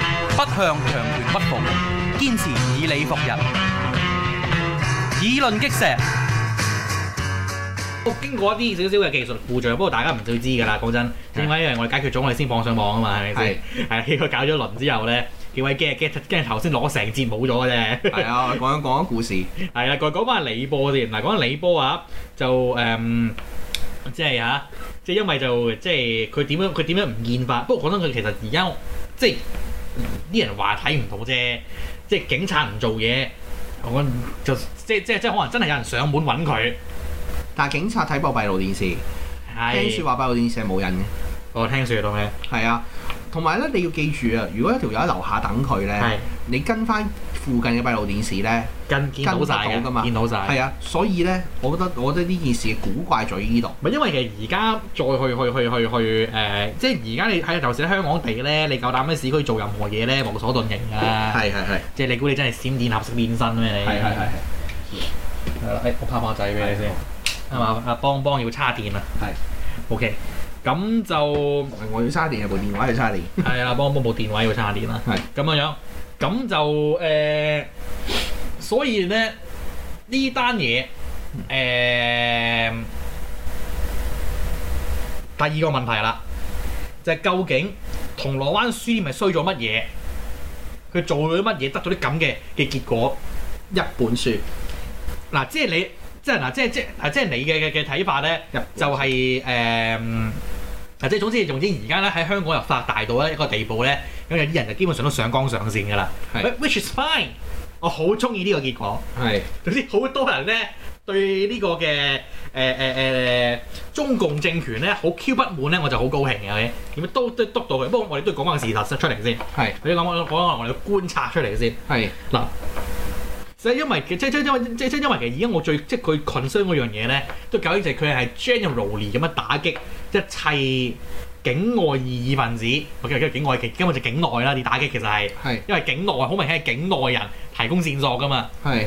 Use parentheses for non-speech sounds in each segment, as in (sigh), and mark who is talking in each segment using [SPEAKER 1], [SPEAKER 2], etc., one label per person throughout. [SPEAKER 1] 向強權屈服，堅持以理服人，以論擊石。
[SPEAKER 2] 經哦過一啲少少嘅技術故障，不過大家唔會知㗎啦。講真，正因為我哋解決咗，我哋先放上網啊嘛，係咪先？係呢個搞咗輪之後咧，幾位驚驚驚頭先攞成節冇咗嘅啫。
[SPEAKER 3] (laughs) 係啊，我哋講一講一故事，
[SPEAKER 2] 係啦，講講翻李波先。嗱，講緊李波啊，就誒、嗯即係嚇，即係因為就即係佢點樣佢點樣唔見法。不過講真，佢其實而家即係啲人話睇唔到啫，即係警察唔做嘢，我講就即即即可能真係有人上門揾佢。
[SPEAKER 3] 但係警察睇過閉路電視，聽
[SPEAKER 2] 係
[SPEAKER 3] 説話閉路電視係冇人嘅，
[SPEAKER 2] 我聽説到咩？
[SPEAKER 3] 係啊。同埋咧，你要記住啊！如果一條友喺樓下等佢咧，
[SPEAKER 2] 係
[SPEAKER 3] 你跟翻附近嘅閉路電視咧，
[SPEAKER 2] 跟見到晒
[SPEAKER 3] 跟得到㗎
[SPEAKER 2] 嘅
[SPEAKER 3] 嘛
[SPEAKER 2] 見到晒。
[SPEAKER 3] 係啊，所以咧，我覺得我覺得呢件事古怪在呢度。
[SPEAKER 2] 唔係因為其實而家再去去去去去誒、呃即係而家你喺就算喺香港地咧，你夠膽喺市區做任何嘢咧，無所遁形㗎啦。
[SPEAKER 3] 係係係
[SPEAKER 2] 即係你估你真係閃電俠式變身咩？你
[SPEAKER 3] 係係係。
[SPEAKER 2] 係啦，誒我拍拍仔俾你先，係嘛？阿邦邦要叉電啊，
[SPEAKER 3] 係
[SPEAKER 2] OK，咁就
[SPEAKER 3] 我要嘥電，有部電話要嘥電。
[SPEAKER 2] 係啊
[SPEAKER 3] (laughs)
[SPEAKER 2] 啦，幫幫部電話要叉電啦，
[SPEAKER 3] 係
[SPEAKER 2] 咁樣樣，咁就誒、呃所以咧呢單嘢誒第二個問題啦，就係、究竟銅鑼灣書咪衰咗乜嘢？佢做咗啲乜嘢，得到啲咁嘅嘅結果？
[SPEAKER 3] 一本書，
[SPEAKER 2] 嗱，即係你，即係嗱，即係即係嗱，即係你嘅嘅嘅睇法咧，
[SPEAKER 3] 一本
[SPEAKER 2] 就係、誒，嗱，即係總之總之，而家咧喺香港又發大到一個地步咧，咁有啲人就基本上都上綱上線㗎啦。
[SPEAKER 3] 係
[SPEAKER 2] Which is fine，我好中意呢個結果。 (laughs)
[SPEAKER 3] 係
[SPEAKER 2] 總之好多人咧對呢個嘅誒誒誒中共政權咧好 Q 不滿咧，我就好高興嘅。OK？點樣都都督到佢。不過我哋都要講翻個事實出嚟先。
[SPEAKER 3] 係
[SPEAKER 2] 你講講講我哋觀察出嚟先。
[SPEAKER 3] 係
[SPEAKER 2] 就係因為其即即因為即即因為其實而家我最即佢 concern 嗰樣嘢咧，都究竟就係佢係 generally 咁樣打擊一切境外異議分子。OK，因為境外其根本就境內啦，你打擊其實係
[SPEAKER 3] 係
[SPEAKER 2] 因為境內好明顯係境內人提供線索噶嘛，
[SPEAKER 3] 係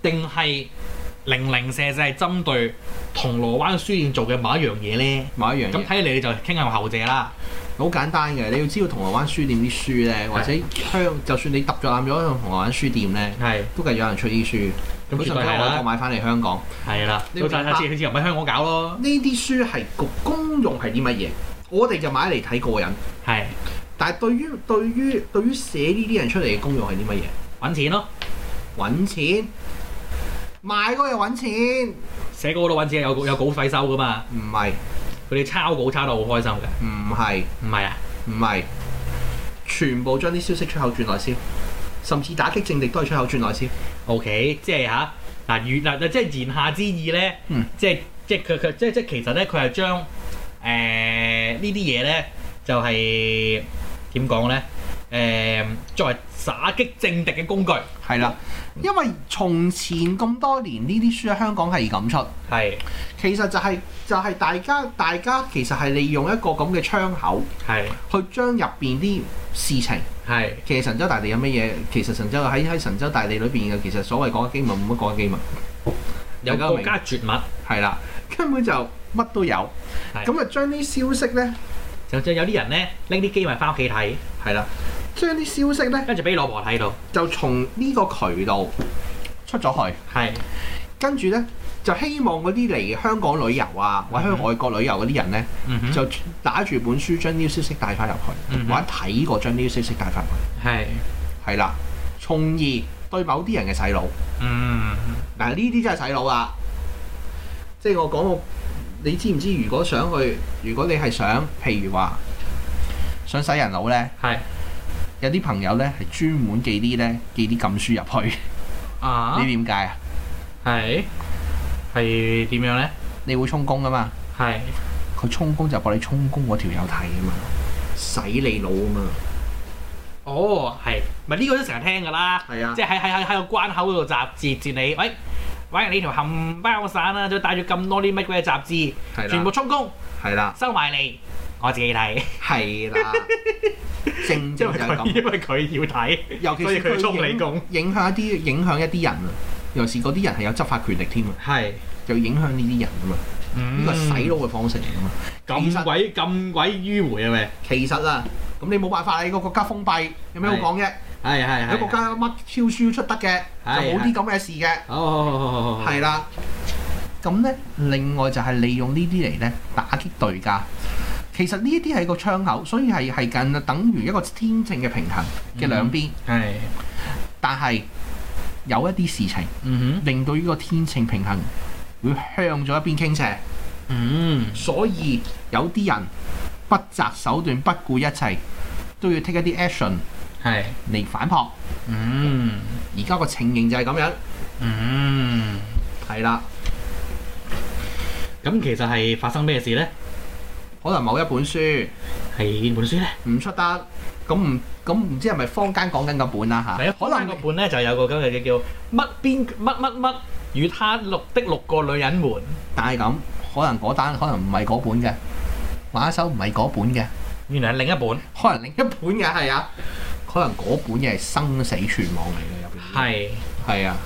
[SPEAKER 2] 定係零零舍舍係針對銅鑼灣書店做嘅某一樣嘢咧？
[SPEAKER 3] 某一樣
[SPEAKER 2] 咁
[SPEAKER 3] 嘢。
[SPEAKER 2] 睇嚟你就傾向後者啦。
[SPEAKER 3] 好簡單嘅，你要知道銅鑼灣書店啲書咧，或者香，就算你揼咗攬咗一棟銅鑼灣書店咧，
[SPEAKER 2] 係，
[SPEAKER 3] 都繼續有人出啲書，
[SPEAKER 2] 咁
[SPEAKER 3] 咁
[SPEAKER 2] 絕對
[SPEAKER 3] 甚至
[SPEAKER 2] 係
[SPEAKER 3] 喺外國
[SPEAKER 2] 啦。
[SPEAKER 3] 買翻嚟香港。
[SPEAKER 2] 係啦，
[SPEAKER 3] 你
[SPEAKER 2] 到
[SPEAKER 3] 明白
[SPEAKER 2] 陣下次佢之後咪香港搞咯。
[SPEAKER 3] 呢啲書係個功用係啲乜嘢？我哋就買嚟睇個人，
[SPEAKER 2] 係
[SPEAKER 3] 但係對於對於對於寫呢啲人出嚟嘅功用係啲乜嘢？
[SPEAKER 2] 揾錢咯，
[SPEAKER 3] 揾錢，賣嗰樣揾錢，
[SPEAKER 2] 寫稿都揾錢，有有稿費收噶嘛。
[SPEAKER 3] 唔係
[SPEAKER 2] 佢哋抄稿抄到好開心嘅，
[SPEAKER 3] 唔係。
[SPEAKER 2] 唔係啊？
[SPEAKER 3] 唔係，全部將啲消息出口轉內銷，甚至打擊政敵都係出口轉內銷。
[SPEAKER 2] OK，即係吓嗱，言嗱即係言下之意咧、
[SPEAKER 3] 嗯
[SPEAKER 2] 即係即係佢佢即係即係其實咧，佢係將誒呢啲嘢咧，就係點講咧？誒、作為打擊政敵嘅工具，
[SPEAKER 3] 係啦，因為從前咁多年呢啲書喺香港係咁出，
[SPEAKER 2] 係
[SPEAKER 3] 其實就係、就係、大家大家其實係利用一個咁嘅窗口
[SPEAKER 2] 係
[SPEAKER 3] 去將入邊啲事情。
[SPEAKER 2] 係
[SPEAKER 3] 其實神州大地有乜嘢？其實神州喺喺神州大地裏邊嘅，其實所謂講嘅機密冇乜講嘅機密，
[SPEAKER 2] 有
[SPEAKER 3] 大家
[SPEAKER 2] 國
[SPEAKER 3] 明
[SPEAKER 2] 家絕密，
[SPEAKER 3] 係啦， (laughs) 根本就乜都有。
[SPEAKER 2] 係
[SPEAKER 3] 咁啊，將啲消息呢，
[SPEAKER 2] 就就有啲人咧拎啲機咪翻屋企睇，
[SPEAKER 3] 係啦，將啲消息呢，
[SPEAKER 2] 跟住俾老婆睇到，
[SPEAKER 3] 就從呢個渠道出咗去。
[SPEAKER 2] 係
[SPEAKER 3] 跟住呢，就希望嗰啲嚟香港旅遊啊，或者去外國旅遊嗰啲人呢，
[SPEAKER 2] 嗯哼
[SPEAKER 3] 就打住本書將呢啲消息帶翻入去，
[SPEAKER 2] 嗯哼
[SPEAKER 3] 或者睇過將呢啲消息帶翻入去，
[SPEAKER 2] 係
[SPEAKER 3] 係啦，從而對某啲人嘅洗腦。
[SPEAKER 2] 嗯
[SPEAKER 3] 嗱，呢啲真係洗腦啦。即係我講我，你知唔知？如果想去，如果你係想，譬如話想洗人腦呢，
[SPEAKER 2] 係
[SPEAKER 3] 有啲朋友呢係專門寄啲呢，寄啲禁書入去。
[SPEAKER 2] 啊
[SPEAKER 3] 你點解啊？
[SPEAKER 2] 係係點樣咧？
[SPEAKER 3] 你會充公噶嘛？
[SPEAKER 2] 係。
[SPEAKER 3] 佢充公就博你充公嗰條友睇啊嘛，洗你腦啊嘛。
[SPEAKER 2] 哦，係，咪呢個都成日聽㗎啦，
[SPEAKER 3] 係啊
[SPEAKER 2] 即係喺喺喺喺個關口嗰度集截截你，喂，喂你條冚包散啦，都帶住咁多啲乜鬼嘢雜誌，
[SPEAKER 3] 係
[SPEAKER 2] 全部
[SPEAKER 3] 啦，
[SPEAKER 2] 充公
[SPEAKER 3] 係啦，
[SPEAKER 2] 收埋嚟，我自己睇，
[SPEAKER 3] 係
[SPEAKER 2] (laughs)
[SPEAKER 3] 啦，正
[SPEAKER 2] 因為
[SPEAKER 3] 正就係
[SPEAKER 2] 佢
[SPEAKER 3] 咁。
[SPEAKER 2] 因為佢要睇，
[SPEAKER 3] 尤其
[SPEAKER 2] 所以
[SPEAKER 3] 是
[SPEAKER 2] 佢
[SPEAKER 3] 佢
[SPEAKER 2] 充你
[SPEAKER 3] 影
[SPEAKER 2] 公，
[SPEAKER 3] 影響一啲影響一啲人啊，尤其是嗰啲人係有執法權力添啊，
[SPEAKER 2] 係
[SPEAKER 3] 就影響呢啲人啊嘛。
[SPEAKER 2] 嗯
[SPEAKER 3] 呢個係洗腦嘅方式嚟㗎嘛。其
[SPEAKER 2] 咁
[SPEAKER 3] 實
[SPEAKER 2] 鬼咁鬼迂迴啊喂，
[SPEAKER 3] 其實啊，咁你冇辦法啦，你個國家封閉，有咩好講啫？
[SPEAKER 2] 係係係，
[SPEAKER 3] 有國家乜超書出得嘅，就
[SPEAKER 2] 係
[SPEAKER 3] 冇啲咁嘅事嘅。
[SPEAKER 2] 好，好好好好好，
[SPEAKER 3] 係啦。咁咧，另外就係利用呢啲嚟咧打擊對家。其實呢一啲係個窗口，所以係係近等於一個天秤嘅平衡
[SPEAKER 2] 嗯
[SPEAKER 3] 嘅兩邊。
[SPEAKER 2] 係，
[SPEAKER 3] 但係有一啲事情
[SPEAKER 2] 嗯哼，
[SPEAKER 3] 令到呢個天秤平衡會向咗一邊傾斜，
[SPEAKER 2] 嗯，
[SPEAKER 3] 所以有啲人不擇手段、不顧一切都要 take 一啲 action
[SPEAKER 2] 係，
[SPEAKER 3] 嚟反撲。
[SPEAKER 2] 嗯
[SPEAKER 3] 而家個情形就係咁樣，
[SPEAKER 2] 嗯，
[SPEAKER 3] 係啦。
[SPEAKER 2] 咁其實係發生咩事咧？
[SPEAKER 3] 可能某一本書
[SPEAKER 2] 係呢本書咧，
[SPEAKER 3] 唔出得，咁唔咁唔知係咪坊間講緊個本啦
[SPEAKER 2] 第一
[SPEAKER 3] 嚇？
[SPEAKER 2] 可能個本咧就有個咁嘅嘢叫乜邊乜乜乜與他六的六個女人們，
[SPEAKER 3] 但係咁，可能嗰單可能唔係嗰本嘅，畫手唔係嗰本嘅，
[SPEAKER 2] 原來係另一本，
[SPEAKER 3] 可能另一本嘅係啊，可能嗰本嘢係生死存亡嚟嘅入邊。
[SPEAKER 2] 係，
[SPEAKER 3] 係啊。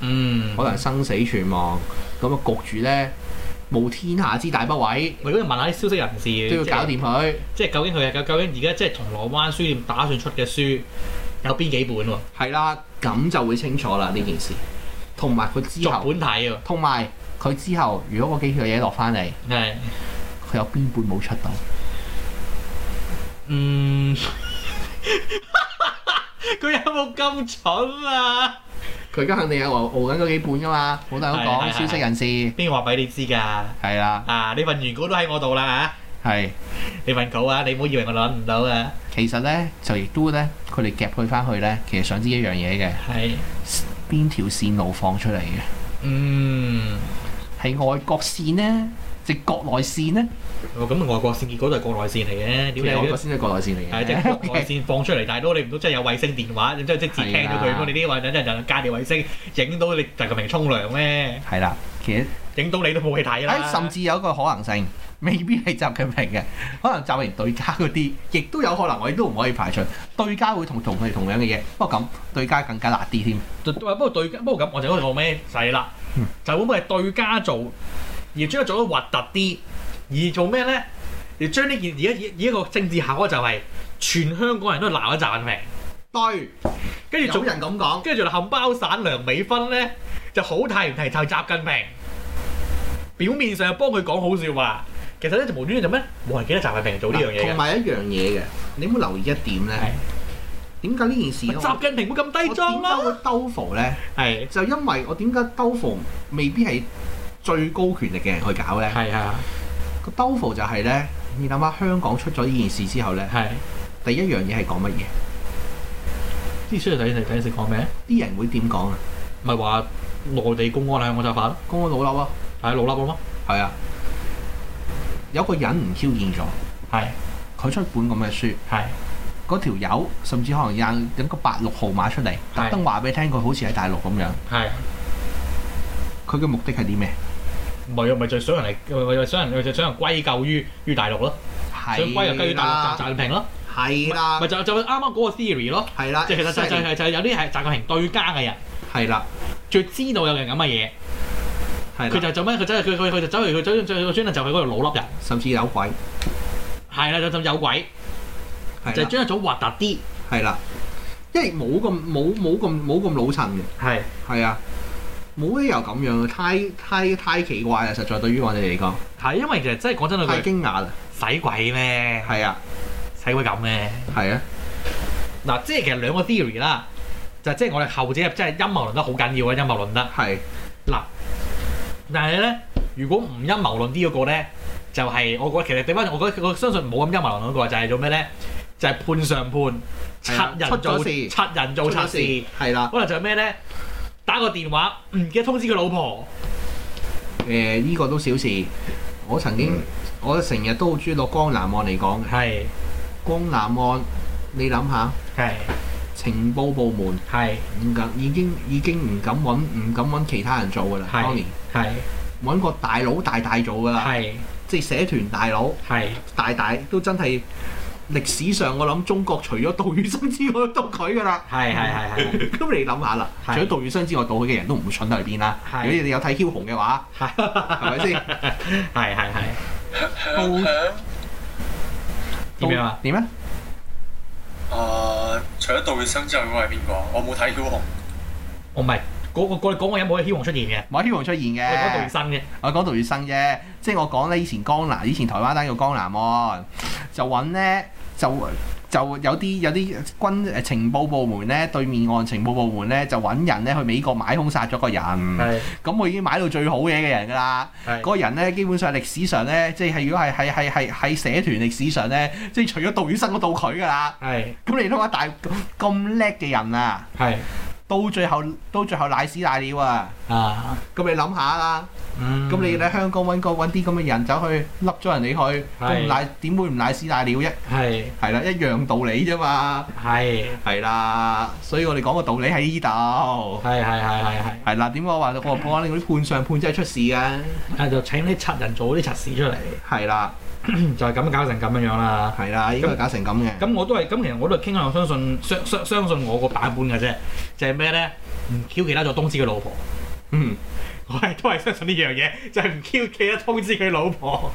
[SPEAKER 2] 嗯，
[SPEAKER 3] 可能生死存亡，咁啊焗住咧，無天下之大不為，
[SPEAKER 2] 如果你問下啲消息人士，
[SPEAKER 3] 都要搞掂佢。
[SPEAKER 2] 即係究竟佢係究究竟而家即係銅鑼灣書店打算出嘅書有邊幾本喎？
[SPEAKER 3] 係啦，咁就會清楚啦呢件事。同埋佢之
[SPEAKER 2] 逐
[SPEAKER 3] 後，
[SPEAKER 2] 本睇喎，
[SPEAKER 3] 同埋佢之後，如果嗰幾條嘢落翻嚟，
[SPEAKER 2] 係 (laughs)
[SPEAKER 3] 佢有邊本冇出到？
[SPEAKER 2] 嗯，佢有冇咁蠢啊？
[SPEAKER 3] 佢而家肯定有熬熬緊嗰幾本噶嘛，好多人都
[SPEAKER 2] 係
[SPEAKER 3] 講
[SPEAKER 2] 係
[SPEAKER 3] 消息人士
[SPEAKER 2] 邊個話俾你知㗎？
[SPEAKER 3] 係啦，
[SPEAKER 2] 啊！你份原稿都喺我度啦
[SPEAKER 3] 係
[SPEAKER 2] 嚇，你份稿啊，你唔好以為我諗唔到啊！
[SPEAKER 3] 其實咧就亦都咧，佢哋夾佢翻去咧，其實想知一樣嘢嘅，
[SPEAKER 2] 係，
[SPEAKER 3] 邊條線路放出嚟嘅？
[SPEAKER 2] 嗯，
[SPEAKER 3] 係外國線呢？即國內線呢？
[SPEAKER 2] 哦咁外國線結果都係國內線嚟嘅，
[SPEAKER 3] 其
[SPEAKER 2] 屌
[SPEAKER 3] 實外
[SPEAKER 2] 你
[SPEAKER 3] 國！線係國內線嚟
[SPEAKER 2] 係即
[SPEAKER 3] 嘅。
[SPEAKER 2] 係國內線放出嚟，大佬你唔到真係有衛星電話，你真係即時聽到佢
[SPEAKER 3] 係啊
[SPEAKER 2] 咁，你啲話等陣就加條衛星影到你就咁明沖涼咩？
[SPEAKER 3] 係啦，其實
[SPEAKER 2] 影到你都冇戲睇啦。
[SPEAKER 3] 誒甚至有一個可能性，未必係習近平嘅， (laughs) 可能習近平對家嗰啲，亦都有可能，我亦都唔可以排除對家會同同佢哋同樣嘅嘢。不過咁對家更加辣啲添，
[SPEAKER 2] 就不過對不過咁，我就嗰度講咩細啦，就會唔會係對家做，而將佢做得核突啲，而做咩咧？而將呢件而家而家個政治效果就係全香港人都鬧一陣明，
[SPEAKER 3] 對
[SPEAKER 2] 跟住
[SPEAKER 3] 有
[SPEAKER 2] 仲
[SPEAKER 3] 人咁講，
[SPEAKER 2] 跟住仲冚包散梁美芬咧，就好提唔提頭習近平，表面上幫佢講好説話，其實咧就無端端就咩？冇人記得習近平做呢樣嘢
[SPEAKER 3] 同
[SPEAKER 2] 嘅。
[SPEAKER 3] 埋一樣嘢嘅，你有冇留意一點咧？點解呢件事我
[SPEAKER 2] 習近平會咁
[SPEAKER 3] 我
[SPEAKER 2] 低
[SPEAKER 3] 點
[SPEAKER 2] 裝
[SPEAKER 3] 解
[SPEAKER 2] 啦，
[SPEAKER 3] 會兜伏咧？
[SPEAKER 2] 係
[SPEAKER 3] 就因為我點解兜伏未必係最高權力嘅人去搞咧？
[SPEAKER 2] 係係
[SPEAKER 3] 個兜伏就係咧，你諗下香港出咗呢件事之後咧，
[SPEAKER 2] 係，
[SPEAKER 3] 第一樣嘢係講乜嘢？
[SPEAKER 2] 啲書睇睇睇先講咩？
[SPEAKER 3] 啲人會點講啊？
[SPEAKER 2] 咪話內地公安喺香港執法咯，
[SPEAKER 3] 公安老笠啊！
[SPEAKER 2] 係老笠啊嘛，
[SPEAKER 3] 係啊，有個人唔挑見咗，
[SPEAKER 2] 係
[SPEAKER 3] 佢出本咁嘅書，
[SPEAKER 2] 係
[SPEAKER 3] 嗰條友甚至可能印印個八六號碼出嚟，
[SPEAKER 2] 係
[SPEAKER 3] 特登話俾你聽佢好似喺大陸咁樣。
[SPEAKER 2] 係，
[SPEAKER 3] 佢嘅目的係啲咩？
[SPEAKER 2] 唔係啊，咪就係想人嚟，咪就係想人，咪就係想人歸咎於於大陸咯，想歸咎於
[SPEAKER 3] 係
[SPEAKER 2] 大陸習
[SPEAKER 3] 啦，
[SPEAKER 2] 近平咯，
[SPEAKER 3] 係啦
[SPEAKER 2] 咪，就就啱啱嗰個 theory 咯，
[SPEAKER 3] 係啦，
[SPEAKER 2] 即係其實就就係就係有啲係習近平對家嘅人，
[SPEAKER 3] 係啦，
[SPEAKER 2] 最知道有人咁嘅嘢，
[SPEAKER 3] 係
[SPEAKER 2] 佢
[SPEAKER 3] 啦，
[SPEAKER 2] 就做咩？佢真係佢佢佢就走去佢專專專登就去嗰度老笠人，
[SPEAKER 3] 甚至有鬼，
[SPEAKER 2] 係啦，就就有鬼，就
[SPEAKER 3] 係
[SPEAKER 2] 係
[SPEAKER 3] 啦，
[SPEAKER 2] 將一種核突啲，
[SPEAKER 3] 係啦，因為冇咁冇冇咁冇咁老襯嘅，
[SPEAKER 2] 係
[SPEAKER 3] 係啊，冇理由咁樣，太太太奇怪啊啦！實在對於我哋嚟講，
[SPEAKER 2] 係因為其實真係講真
[SPEAKER 3] 太
[SPEAKER 2] 嗰句，
[SPEAKER 3] 驚訝啦，
[SPEAKER 2] 使鬼咩？
[SPEAKER 3] 係啊，
[SPEAKER 2] 使鬼咁咩？
[SPEAKER 3] 係啊，
[SPEAKER 2] 嗱，即係其實兩個 theory 啦，就即係我哋後者即係陰謀論得好緊要啊，陰謀論得
[SPEAKER 3] 係
[SPEAKER 2] 嗱，但係咧，如果唔陰謀論呢嗰個咧，就係、我覺得其實地翻，我覺得我相信冇咁陰謀論嗰個就係做咩咧？就係、判上判，
[SPEAKER 3] 係啊
[SPEAKER 2] 七人
[SPEAKER 3] 出咗
[SPEAKER 2] 做
[SPEAKER 3] 事
[SPEAKER 2] 七人做測試，，
[SPEAKER 3] 係啦。
[SPEAKER 2] 可能就係咩咧？打個電話唔記得通知佢老婆，
[SPEAKER 3] 誒、呢、個都小事。我曾經、我成日都好中意攞江南岸嚟講嘅。
[SPEAKER 2] 係
[SPEAKER 3] 江南岸，你諗下，
[SPEAKER 2] 係
[SPEAKER 3] 情報部門
[SPEAKER 2] 係
[SPEAKER 3] 唔敢，已經已經唔敢揾唔敢揾其他人做㗎啦。
[SPEAKER 2] 係
[SPEAKER 3] 當年
[SPEAKER 2] 係
[SPEAKER 3] 揾個啊大佬大大做㗎啦，
[SPEAKER 2] 係
[SPEAKER 3] 即係社團大佬
[SPEAKER 2] 係
[SPEAKER 3] 大大都真係歷史上我諗中國除咗杜月笙之外，都佢
[SPEAKER 2] (laughs)
[SPEAKER 3] 噶啦。
[SPEAKER 2] 係係係係
[SPEAKER 3] 咁你諗下啦，除
[SPEAKER 2] 係
[SPEAKER 3] 咗杜月笙之外，杜佢嘅人都唔會蠢得去邊啦。
[SPEAKER 2] 係
[SPEAKER 3] 如果你有睇梟雄嘅話，
[SPEAKER 2] 係
[SPEAKER 3] 係咪
[SPEAKER 2] (laughs)
[SPEAKER 3] 先？
[SPEAKER 2] 係係係
[SPEAKER 4] 嗯
[SPEAKER 3] 都
[SPEAKER 2] 點樣啊？
[SPEAKER 3] 點咧？
[SPEAKER 4] 啊，除咗杜月笙之外，嗰個係邊個啊？我冇睇曉紅。
[SPEAKER 2] 我唔係嗰個嗰個講我有冇喺梟雄出現嘅？
[SPEAKER 3] 冇梟雄出現
[SPEAKER 2] 我講杜月
[SPEAKER 3] 嘅，
[SPEAKER 2] 笙嘅。
[SPEAKER 3] 我講杜月笙啫。即係我講咧，以前江南，以前台灣單叫江南案，就揾咧就。就有啲有啲軍誒情報部門咧，對面岸情報部門咧就揾人咧去美國買兇殺咗個人，咁
[SPEAKER 2] 係
[SPEAKER 3] 佢已經買到最好嘢嘅人㗎啦。
[SPEAKER 2] 係
[SPEAKER 3] 嗰個人咧，基本上歷史上咧，即係如果係係係係喺社團歷史上咧，即係除咗杜月笙，我到佢噶啦。
[SPEAKER 2] 係
[SPEAKER 3] 咁你諗下，大咁咁叻嘅人啊，
[SPEAKER 2] 係
[SPEAKER 3] 到最後到最後賴屎賴尿啊！
[SPEAKER 2] 啊。
[SPEAKER 3] 咁你諗下啦，
[SPEAKER 2] 嗯
[SPEAKER 3] 咁、你喺香港揾個揾啲咁嘅人走去笠咗人哋去，咁
[SPEAKER 2] 係
[SPEAKER 3] 唔賴點會唔賴屎賴尿啫？
[SPEAKER 2] 係
[SPEAKER 3] 係啦，一樣道理啫嘛。
[SPEAKER 2] 係
[SPEAKER 3] 係啦，所以我哋講個道理喺呢度。
[SPEAKER 2] 係係係係係
[SPEAKER 3] 係啦，點解我話我話講你嗰啲判上判真係出事嘅？
[SPEAKER 2] 啊！就請啲賊人做啲賊事出嚟，嗯
[SPEAKER 3] 係啦，
[SPEAKER 2] 就係咁搞成咁樣樣啦。
[SPEAKER 3] 係啦，應該搞成咁嘅。
[SPEAKER 2] 咁我都係，咁其實我都係傾向相信相相相信我個版本嘅啫，就係咩咧？唔 Q 記得咗東芝嘅老婆， (laughs)
[SPEAKER 3] 嗯。
[SPEAKER 2] 我係都係相信呢樣嘢，就係唔 Q 記得通知佢老婆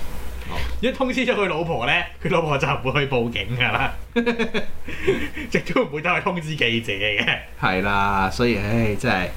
[SPEAKER 3] 哦。
[SPEAKER 2] 如果通知咗佢老婆咧，佢老婆就唔會去報警㗎啦， (laughs) 亦都唔會走去通知記者嘅。
[SPEAKER 3] 係啦，所以唉，真係。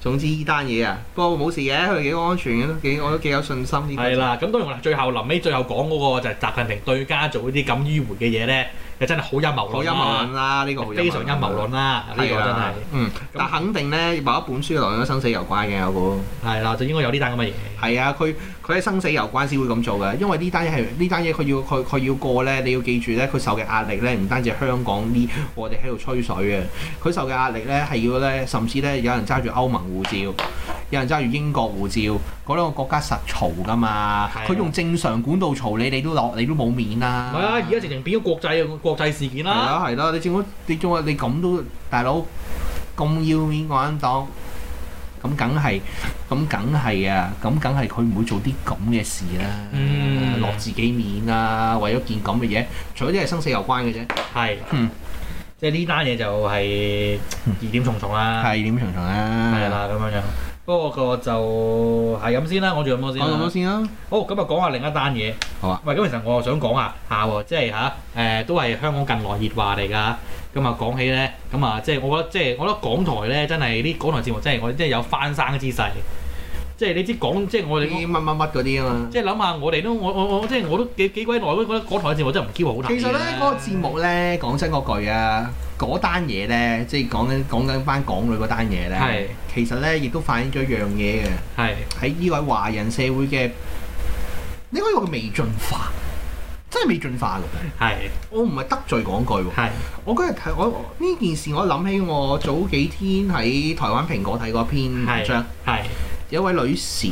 [SPEAKER 3] 總之呢單嘢啊，不過冇事嘅，佢幾安全嘅，都幾我都幾有信心呢個。
[SPEAKER 2] 係啦，咁當然啦，最後臨尾最後講嗰個就係習近平對家做呢啲咁迂迴嘅嘢咧，就真係好陰謀
[SPEAKER 3] 好
[SPEAKER 2] 論
[SPEAKER 3] 陰謀論
[SPEAKER 2] 啦，
[SPEAKER 3] 啦，呢個好
[SPEAKER 2] 非常陰謀論啦，呢個
[SPEAKER 3] 係
[SPEAKER 2] 真係
[SPEAKER 3] 啦，嗯，但肯定咧，某一本書同咗生死有關嘅，我估
[SPEAKER 2] 係啦，就應該有呢單咁嘅嘢。
[SPEAKER 3] 係啊，佢佢喺生死有關先會咁做嘅，因為呢單嘢係呢單嘢，佢要佢佢要過咧，你要記住咧，佢受嘅壓力咧，唔單止係香港呢，我哋喺度吹水嘅，佢受嘅壓力咧係要咧，甚至咧有人揸住歐盟護照，有人揸住英國護照，嗰兩個國家實嘈噶嘛
[SPEAKER 2] 係啊，
[SPEAKER 3] 佢用正常管道嘈你，你都落，你都冇面啦。
[SPEAKER 2] 唔係啊，而家直情變咗國際啊國際事件
[SPEAKER 3] 係
[SPEAKER 2] 啦。
[SPEAKER 3] 啦係啦，你政府你仲話你咁都大佬咁要面個人當，咁梗係咁梗係啊，咁梗係佢唔會做啲咁嘅事啦，
[SPEAKER 2] 嗯
[SPEAKER 3] 落自己面啊，為咗件咁嘅嘢，除咗啲係生死有關嘅啫，
[SPEAKER 2] 係
[SPEAKER 3] 嗯，
[SPEAKER 2] 即係呢單嘢就係疑點重重啦，
[SPEAKER 3] 係點長長啊？
[SPEAKER 2] 係，啦咁樣樣。不過個就係咁先啦，我住咁多先
[SPEAKER 3] 講咁多
[SPEAKER 2] 啦。
[SPEAKER 3] 先啦，
[SPEAKER 2] 好，咁啊講下另一單嘢。
[SPEAKER 3] 好啊。
[SPEAKER 2] 喂，咁其實我又想講下下喎，即係吓誒都係香港近來熱話嚟㗎。咁啊講起咧，咁啊即係我覺得即係我覺得港台咧真係啲港台節目真係我真係有翻生之勢。即係你知講即係我哋
[SPEAKER 3] 啲乜乜乜嗰啲啊嘛。
[SPEAKER 2] 即係諗下我哋都我我我即係我都幾幾鬼耐都覺得港台嘅節目真係唔 Q 好睇嘅。
[SPEAKER 3] 其實咧，嗰、個節目咧，講真嗰句啊，嗰單嘢咧，即係講緊講緊翻港女嗰單嘢
[SPEAKER 2] 係
[SPEAKER 3] 咧，其實咧亦都反映咗一樣嘢嘅。
[SPEAKER 2] 係
[SPEAKER 3] 喺呢位華人社會嘅，你可以話佢未進化，真係未進化嘅。
[SPEAKER 2] 係
[SPEAKER 3] 我唔係得罪講句喎，
[SPEAKER 2] 係
[SPEAKER 3] 我嗰日睇我我呢件事，我諗起我早幾天喺台灣蘋果睇過篇文章，
[SPEAKER 2] 係
[SPEAKER 3] 有一位女士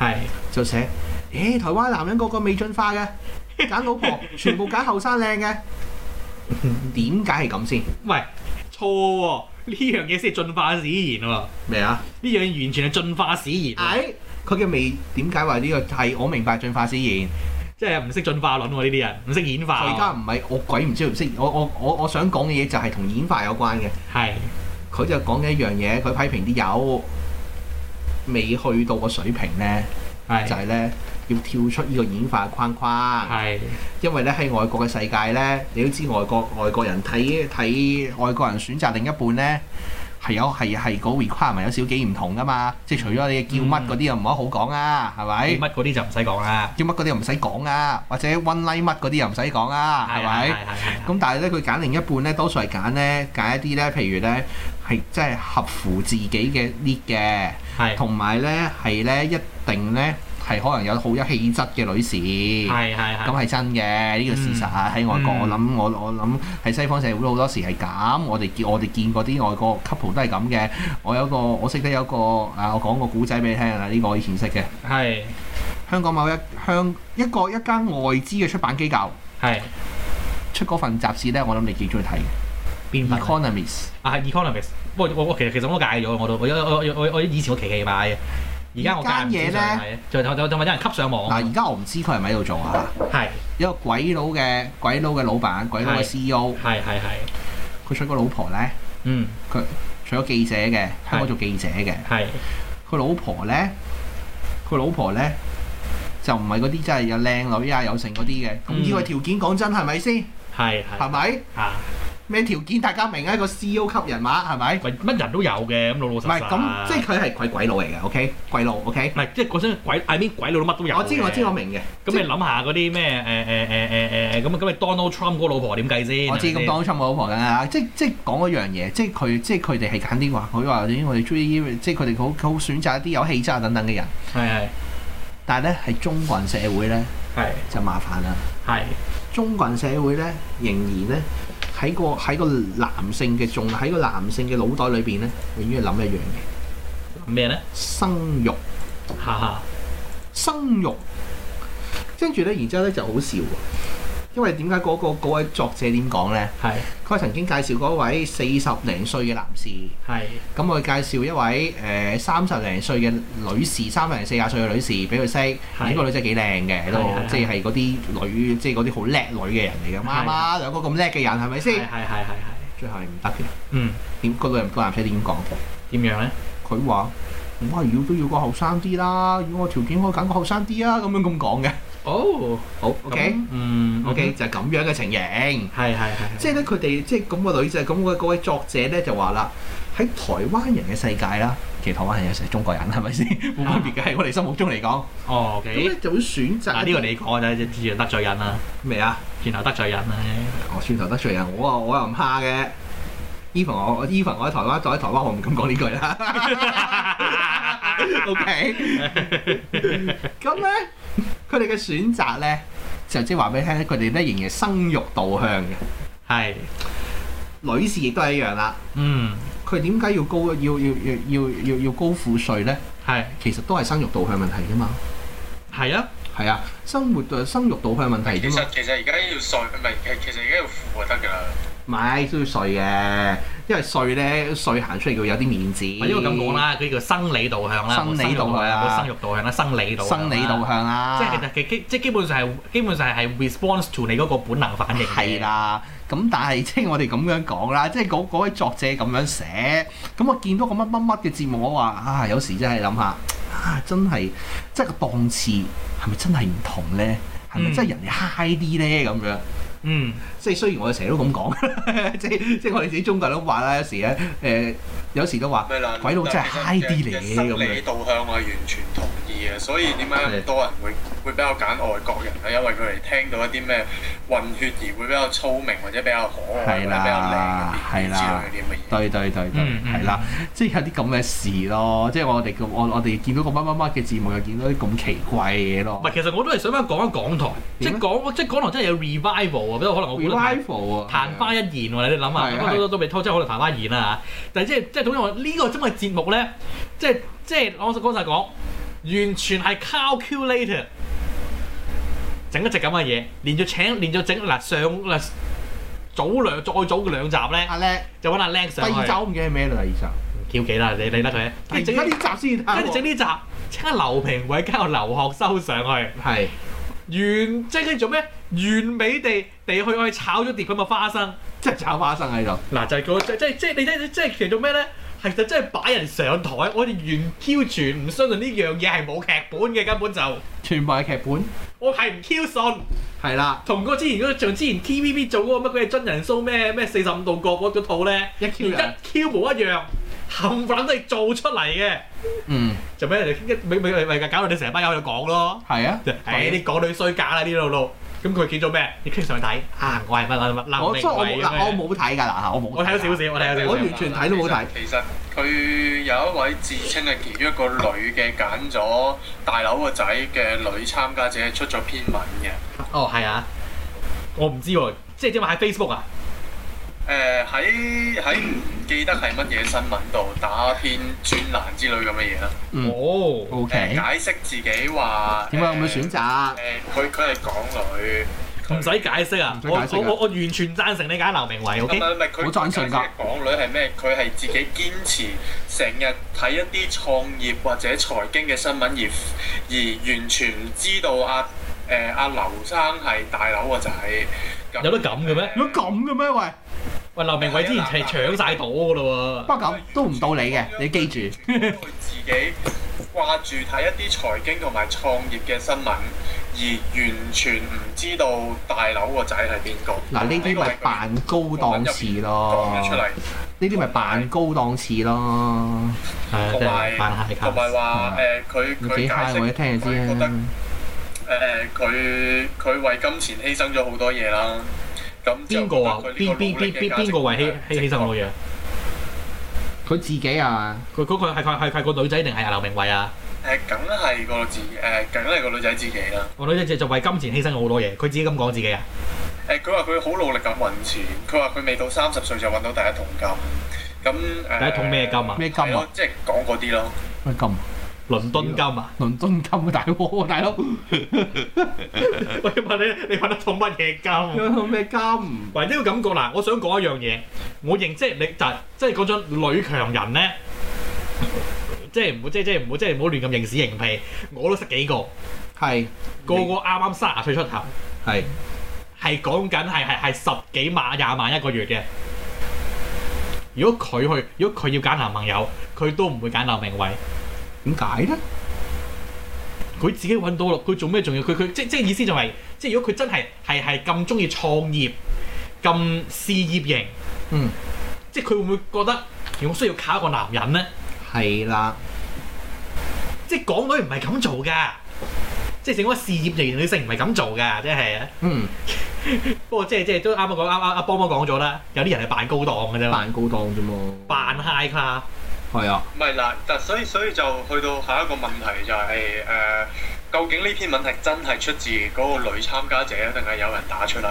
[SPEAKER 2] 係。
[SPEAKER 3] 就寫：，誒、台灣男人個個未進化嘅，揀老婆全部揀後生靚嘅，點解係咁先？
[SPEAKER 2] 喂，錯喎、呢樣嘢先係進化使然喎、
[SPEAKER 3] 咩啊？
[SPEAKER 2] 呢樣嘢完全係進化使然喎、
[SPEAKER 3] 唉，佢嘅未點解話呢個係我明白進化先然。
[SPEAKER 2] 即係唔識進化論喎、呢啲人唔識演化
[SPEAKER 3] 佢而家
[SPEAKER 2] 喎、
[SPEAKER 3] 唔係我鬼唔知唔識，我我我我想講嘅嘢就係同演化有關嘅。
[SPEAKER 2] 係
[SPEAKER 3] 佢就講嘅一樣嘢，佢批評啲友未去到個水平呢，
[SPEAKER 2] 係
[SPEAKER 3] 就係呢，要跳出呢個演化框框，
[SPEAKER 2] 係
[SPEAKER 3] 因為呢，喺外國嘅世界呢，你都知外國外國人睇睇外國人選擇另一半呢，係有係係個 requirement 有少幾唔同噶嘛，即係除咗你叫乜嗰啲又唔好好講啊，係咪？
[SPEAKER 2] 乜嗰啲就唔使講啦，
[SPEAKER 3] 叫乜嗰啲又唔使講啊，或者 one like 乜嗰啲又唔使講啊，係咪？
[SPEAKER 2] 係係
[SPEAKER 3] 咁但係咧，佢揀另一半咧，多數係揀咧揀一啲咧，譬如咧係真係合乎自己嘅 need 嘅，
[SPEAKER 2] 係
[SPEAKER 3] 同埋咧係咧一定咧係可能有好有氣質嘅女士，咁啊
[SPEAKER 2] 係係係
[SPEAKER 3] 係真嘅呢個事實喺外國，
[SPEAKER 2] 嗯
[SPEAKER 3] 我諗我我諗喺西方社會好多時係咁，我哋見我哋見過啲外國 couple 都係咁嘅。我有個我識得有個啊，我講個古仔俾你聽啦，呢個我以前識嘅，
[SPEAKER 2] 係
[SPEAKER 3] 香港某一香一個一間外資嘅出版機構
[SPEAKER 2] 係
[SPEAKER 3] 出嗰份雜誌咧，我諗你幾中意睇嘅。
[SPEAKER 2] 邊份啊
[SPEAKER 3] Economist
[SPEAKER 2] 啊係 economist，不過我我其實其實我都戒咗，我都我我我我我以前我期期買嘅，而家我戒唔
[SPEAKER 3] 呢間嘢
[SPEAKER 2] 少上
[SPEAKER 3] 呢
[SPEAKER 2] 買嘅，就就就就咪有人吸上網，
[SPEAKER 3] 嗱，而家我唔知佢係咪喺度做啊，
[SPEAKER 2] 係
[SPEAKER 3] 一個鬼佬嘅鬼佬嘅老闆，鬼佬嘅
[SPEAKER 2] 係
[SPEAKER 3] CEO，
[SPEAKER 2] 係係係，
[SPEAKER 3] 佢娶個老婆咧，
[SPEAKER 2] 嗯
[SPEAKER 3] 娶咗記者嘅，香港做記者嘅。
[SPEAKER 2] 係
[SPEAKER 3] 佢老婆咧，佢老婆咧就唔係嗰啲真係有靚女啊、有剩嗰啲嘅。咁
[SPEAKER 2] 嗯
[SPEAKER 3] 呢個條件講真係咪先？
[SPEAKER 2] 係
[SPEAKER 3] 係
[SPEAKER 2] 係
[SPEAKER 3] 咪
[SPEAKER 2] 啊，
[SPEAKER 3] 咩條件？大家明啊？一個 CEO 級人馬係咪？
[SPEAKER 2] 喂乜人都有嘅，咁老老
[SPEAKER 3] 唔
[SPEAKER 2] 實實。
[SPEAKER 3] 係咁，即係佢係鬼鬼佬嚟嘅。OK，鬼佬。OK，
[SPEAKER 2] 唔係即係嗰種鬼，I mean 鬼佬乜都有嘅。
[SPEAKER 3] 我知我知我明嘅。
[SPEAKER 2] 咁你諗下嗰啲咩誒誒誒誒誒咁咁你 Donald Trump 嗰個老婆點計先？
[SPEAKER 3] 我知咁
[SPEAKER 2] 係咪先
[SPEAKER 3] 當初冇老婆啦，即即講嗰樣嘢，即佢即佢哋係揀啲話，佢話咦我哋中意呢，即佢哋好好選擇一啲有氣質啊等等嘅人，
[SPEAKER 2] 係
[SPEAKER 3] 但係咧喺中國人社會咧
[SPEAKER 2] 係
[SPEAKER 3] 就麻煩啦。
[SPEAKER 2] 係
[SPEAKER 3] 中國人社會咧仍然咧喺個喺個男性嘅仲喺個男性嘅腦袋裏邊咧，永遠係諗一樣嘢，
[SPEAKER 2] 係咩咧？
[SPEAKER 3] 生育
[SPEAKER 2] 哈哈，
[SPEAKER 3] 生育，跟住咧然之後咧就好笑喎，因為點解嗰個嗰位作者點講咧？
[SPEAKER 2] 係
[SPEAKER 3] 佢曾經介紹嗰位四十零歲嘅男士。
[SPEAKER 2] 係
[SPEAKER 3] 咁我介紹一位誒三十零歲嘅女士，三十零四廿歲嘅女士俾佢識，
[SPEAKER 2] 係
[SPEAKER 3] 呢個女仔幾靚嘅，都
[SPEAKER 2] 係係
[SPEAKER 3] 即係嗰啲女，即係嗰啲好叻女嘅人嚟嘅，媽媽兩個咁叻嘅人係咪
[SPEAKER 2] 係
[SPEAKER 3] 先？
[SPEAKER 2] 係係係，
[SPEAKER 3] 最後係唔得嘅，
[SPEAKER 2] 嗯
[SPEAKER 3] 點個女人個男仔點講？
[SPEAKER 2] 點樣咧？
[SPEAKER 3] 佢話：我係要都要個後生啲啦，如果我條件可以揀個後生啲啊，咁樣咁講嘅。
[SPEAKER 2] 哦
[SPEAKER 3] 好，OK，
[SPEAKER 2] 咁嗯
[SPEAKER 3] OK，就係咁樣嘅情形。
[SPEAKER 2] 係係係，
[SPEAKER 3] 即係咧，佢哋即係咁個女仔，咁個嗰位作者咧就話啦，喺台灣人嘅世界啦，其實台灣人其實係中國人係咪先？冇分別嘅，喺我哋心目中嚟講，
[SPEAKER 2] 哦
[SPEAKER 3] 咁
[SPEAKER 2] OK，
[SPEAKER 3] 咧就會選擇啊
[SPEAKER 2] 嗱呢個你講就係自然得罪人啦，
[SPEAKER 3] 咩啊？
[SPEAKER 2] 然後得罪人
[SPEAKER 3] (laughs)
[SPEAKER 2] 啦，
[SPEAKER 3] 我轉頭得罪人，我啊我又唔蝦嘅。even 我 even 我喺台灣，在喺台灣我唔敢講呢句啦。OK，咁咧佢哋嘅選擇咧就即係話俾你聽咧，佢哋咧仍然係生育導向嘅，
[SPEAKER 2] 係
[SPEAKER 3] 女士亦都係一樣啦。
[SPEAKER 2] 嗯
[SPEAKER 3] 佢點解要高要要要要要要高賦稅咧？
[SPEAKER 2] 係
[SPEAKER 3] 其實都係生育導向問題啫嘛。
[SPEAKER 2] 係啊
[SPEAKER 3] 係啊，生活誒生育導向問題
[SPEAKER 4] 其
[SPEAKER 3] 啫嘛
[SPEAKER 4] 實。其實而家要稅，唔係其其實而家要付就得㗎啦。
[SPEAKER 3] 唔係都要稅嘅，因為稅咧稅行出嚟要有啲面子。
[SPEAKER 2] 或者我啊咁講，啦，佢叫生理導向啦，
[SPEAKER 3] 生理導向啊
[SPEAKER 2] 冇生育導向啦，生理導向啦
[SPEAKER 3] 生理導向啦。
[SPEAKER 2] 即係其實其基即係基本上係基本上係 response to 你嗰個本能反應嘅
[SPEAKER 3] 係，啦，咁但係 (laughs) 即係我哋咁樣講啦，即係嗰嗰位作者咁樣寫，咁我見到個乜乜乜嘅節目，我話啊，有時真係諗下啊，真係即係個檔次係咪真係唔同咧？係咪真係人哋 high 啲咧咁樣？
[SPEAKER 2] 嗯
[SPEAKER 3] 即係雖然我哋成日都咁講， (laughs) 即係即係我哋自己中國人都話啦，有時咧誒、有時都話
[SPEAKER 4] 咩啦？
[SPEAKER 3] 鬼佬真係
[SPEAKER 4] 但其實
[SPEAKER 3] high 啲嚟
[SPEAKER 4] 人
[SPEAKER 3] 嘅
[SPEAKER 4] 生
[SPEAKER 3] 咁
[SPEAKER 4] 理
[SPEAKER 3] 樣。
[SPEAKER 4] 導向我係完全同意嘅，所以點解咁多人會會比較揀外國人咧？因為佢哋聽到一啲咩混血兒會比較聰明，或者比較可
[SPEAKER 3] 係
[SPEAKER 4] 愛，或者比較靚
[SPEAKER 3] 啦
[SPEAKER 4] 嘅
[SPEAKER 3] 係
[SPEAKER 4] 之
[SPEAKER 3] 啦
[SPEAKER 4] 類啲咁嘅嘢。
[SPEAKER 3] 對對對對，
[SPEAKER 2] 嗯嗯
[SPEAKER 3] 係啦、即係有啲咁嘅事咯，即係我哋個我我哋見到個乜乜乜嘅節目，又見到啲咁奇怪嘅嘢咯
[SPEAKER 2] 唔。係其實我都係想翻講一港台，即
[SPEAKER 3] 點
[SPEAKER 2] 係
[SPEAKER 3] 咧
[SPEAKER 2] 講即係港台真係有 revival 啊，不過可能我估得太
[SPEAKER 3] revival 啊，
[SPEAKER 2] 曇花一現喎，你諗
[SPEAKER 3] 係
[SPEAKER 2] 下，
[SPEAKER 3] 係
[SPEAKER 2] 都都都被偷，即係可能曇花一現啦嚇。但係即係即係總之我呢個咁嘅節目咧，即係即係我講晒講，完全係 calculated 整一隻咁嘅嘢，連咗請，連咗整嗱上嗱早兩再早嘅兩集咧，
[SPEAKER 3] 阿叻，
[SPEAKER 2] 就揾阿靚
[SPEAKER 3] 啊第
[SPEAKER 2] 上
[SPEAKER 3] 二
[SPEAKER 2] 去
[SPEAKER 3] 集我唔記得係咩啦，第二
[SPEAKER 2] 挑幾啦，你你得佢，跟
[SPEAKER 3] 集，
[SPEAKER 2] 住
[SPEAKER 3] 啊
[SPEAKER 2] 整
[SPEAKER 3] 而家
[SPEAKER 2] 呢
[SPEAKER 3] 呢集先睇
[SPEAKER 2] 跟住整
[SPEAKER 3] 喎。
[SPEAKER 2] 呢集，請阿劉平偉加個劉學修上去。
[SPEAKER 3] 係
[SPEAKER 2] 完即係跟住做咩？完美地地去去炒咗碟咁嘅花生。
[SPEAKER 3] 即係炒花生喺度，
[SPEAKER 2] 嗱就係、個即即即係你睇即係其實做咩咧？係就真係擺人上台，我哋完 Q 全唔相信呢樣嘢係冇劇本嘅，根本就
[SPEAKER 3] 全部係劇本，
[SPEAKER 2] 我係唔 Q 信。
[SPEAKER 3] 係啦，
[SPEAKER 2] 同嗰個之前嗰個做之前 TVB 做嗰個乜鬼嘢真人 show 咩咩四十五度角嗰嗰套咧，
[SPEAKER 3] 一 Q
[SPEAKER 2] 而家
[SPEAKER 3] 人，
[SPEAKER 2] Q 模一樣，冚唪唥都係做出嚟嘅。
[SPEAKER 3] 嗯，
[SPEAKER 2] 做咩？你咪咪咪咪搞到你成班友喺度講咯。
[SPEAKER 3] 係啊
[SPEAKER 2] 就，唉，啲港女衰格啦，呢度路。咁佢見咗咩？你傾上去睇啊！我係乜乜乜
[SPEAKER 3] 我
[SPEAKER 2] 林
[SPEAKER 3] 所以我冇
[SPEAKER 2] 明
[SPEAKER 3] 嗱
[SPEAKER 2] 偉
[SPEAKER 3] 我冇睇㗎嗱，我冇，
[SPEAKER 2] 啊我睇咗少少，我睇咗少少。
[SPEAKER 3] 我完全睇都冇睇
[SPEAKER 4] 其實。其實佢有一位自稱係其中一個女嘅揀咗大佬個仔嘅女參加者出咗篇文嘅。
[SPEAKER 2] 哦，係啊，我唔知喎，即係點話喺 Facebook 啊？
[SPEAKER 4] 誒喺喺唔記得係乜嘢新聞度打篇專欄之類咁嘅嘢啦。
[SPEAKER 3] 嗯
[SPEAKER 2] 哦，
[SPEAKER 3] O
[SPEAKER 4] 誒
[SPEAKER 3] K，
[SPEAKER 4] 解釋自己話
[SPEAKER 3] 點解咁嘅選？
[SPEAKER 4] 誒
[SPEAKER 3] 擇？
[SPEAKER 4] 佢佢係港女，佢
[SPEAKER 2] 唔使解釋啊！
[SPEAKER 3] 唔使
[SPEAKER 2] 我
[SPEAKER 3] 解釋
[SPEAKER 2] 我
[SPEAKER 3] 啊
[SPEAKER 2] 我我完全贊成你揀劉明偉
[SPEAKER 4] 唔係
[SPEAKER 2] ，OK？
[SPEAKER 4] 啊唔係佢
[SPEAKER 3] 好贊成㗎
[SPEAKER 4] 解釋港女係咩？佢係自己堅持成日睇一啲創業或者財經嘅新聞而而完全唔知道啊誒阿劉生係大佬個仔，
[SPEAKER 2] 有得咁嘅咩
[SPEAKER 4] 誒
[SPEAKER 3] 如果咁嘅咩？喂，
[SPEAKER 2] 喂，劉明偉之前係搶晒土噶咯
[SPEAKER 3] 不過咁都唔到你嘅，你記住。
[SPEAKER 4] 啊佢自己掛住睇一啲財經同埋創業嘅新聞，而完全唔知道大佬個仔係邊個。
[SPEAKER 3] 嗱，呢啲咪扮高檔次咯
[SPEAKER 4] 講，得出嚟，
[SPEAKER 3] 呢啲咪扮高檔次咯。
[SPEAKER 2] 喎，係啊
[SPEAKER 4] 同
[SPEAKER 2] 真係扮
[SPEAKER 4] 埋
[SPEAKER 2] 蟹
[SPEAKER 4] 同埋話誒，
[SPEAKER 2] 嗯
[SPEAKER 4] 佢
[SPEAKER 3] 你
[SPEAKER 4] 佢
[SPEAKER 3] 幾
[SPEAKER 4] 解
[SPEAKER 3] high 我一
[SPEAKER 4] 釋，
[SPEAKER 3] 聽就知
[SPEAKER 4] 佢覺得
[SPEAKER 3] 啦。
[SPEAKER 4] 誒佢佢為金錢犧牲咗好多嘢啦。咁就
[SPEAKER 2] 邊個啊？
[SPEAKER 4] 覺得
[SPEAKER 2] 邊
[SPEAKER 4] 佢呢
[SPEAKER 2] 邊
[SPEAKER 4] 個努力
[SPEAKER 2] 邊
[SPEAKER 4] 嘅
[SPEAKER 2] 邊
[SPEAKER 4] 價值
[SPEAKER 2] 邊個為犧犧犧牲我
[SPEAKER 4] 係
[SPEAKER 2] 嘢？
[SPEAKER 3] 佢自己啊，
[SPEAKER 2] 佢嗰個係係係係個女仔定係阿劉明偉啊？
[SPEAKER 4] 誒，梗係個自誒，梗係個女仔自己啦。
[SPEAKER 2] 個女仔就就為金錢犧牲咗好多嘢，佢自己咁講自己啊？
[SPEAKER 4] 誒，佢話佢好努力咁揾錢，佢話佢未到三十歲就揾到第一桶金。咁誒，
[SPEAKER 2] 第一桶咩金啊？
[SPEAKER 3] 咩金
[SPEAKER 4] 係
[SPEAKER 3] 啊
[SPEAKER 4] 咯？，即係講嗰啲咯。
[SPEAKER 3] 咩金啊？
[SPEAKER 2] 倫敦金
[SPEAKER 4] (laughs)
[SPEAKER 2] 啊？
[SPEAKER 3] 倫敦金啊，大佬，大佬，
[SPEAKER 2] 我要問你，你揾得到乜嘢金？啊
[SPEAKER 3] 有咩金？
[SPEAKER 2] 或者個感覺嗱，我想講一樣嘢，我認即係你就即係嗰種女強人咧，即係唔好即係即係唔好即係唔好亂咁認屎認屁，我都識幾個，
[SPEAKER 3] 係
[SPEAKER 2] 個個啱啱卅歲出頭，
[SPEAKER 3] 係
[SPEAKER 2] 係講緊係係係十幾萬廿萬一個月嘅。如果佢去，如果佢要揀男朋友，佢都唔會揀劉明偉，
[SPEAKER 3] 點解咧？
[SPEAKER 2] 佢自己揾到咯，佢做咩仲要佢佢即即係意思就係、即係如果佢真係係係咁中意創業，咁事業型。
[SPEAKER 3] 嗯，
[SPEAKER 2] 即係佢會唔會覺得我需要靠一個男人咧？
[SPEAKER 3] 係啦，
[SPEAKER 2] 即係港女唔係咁做㗎，即係整個事業型女性唔係咁做㗎，即係。
[SPEAKER 3] 嗯，
[SPEAKER 2] 不過即係即係都啱啱講，啱啱阿邦邦講咗啦，有啲人係扮高檔㗎啫嘛，
[SPEAKER 3] 扮高檔啫嘛。
[SPEAKER 2] 扮 high class。
[SPEAKER 3] 係啊，
[SPEAKER 4] 唔係嗱，但所以所以就去到下一個問題就係、誒、究竟呢篇文係真係出自嗰個女參加者，定係有人打出嚟？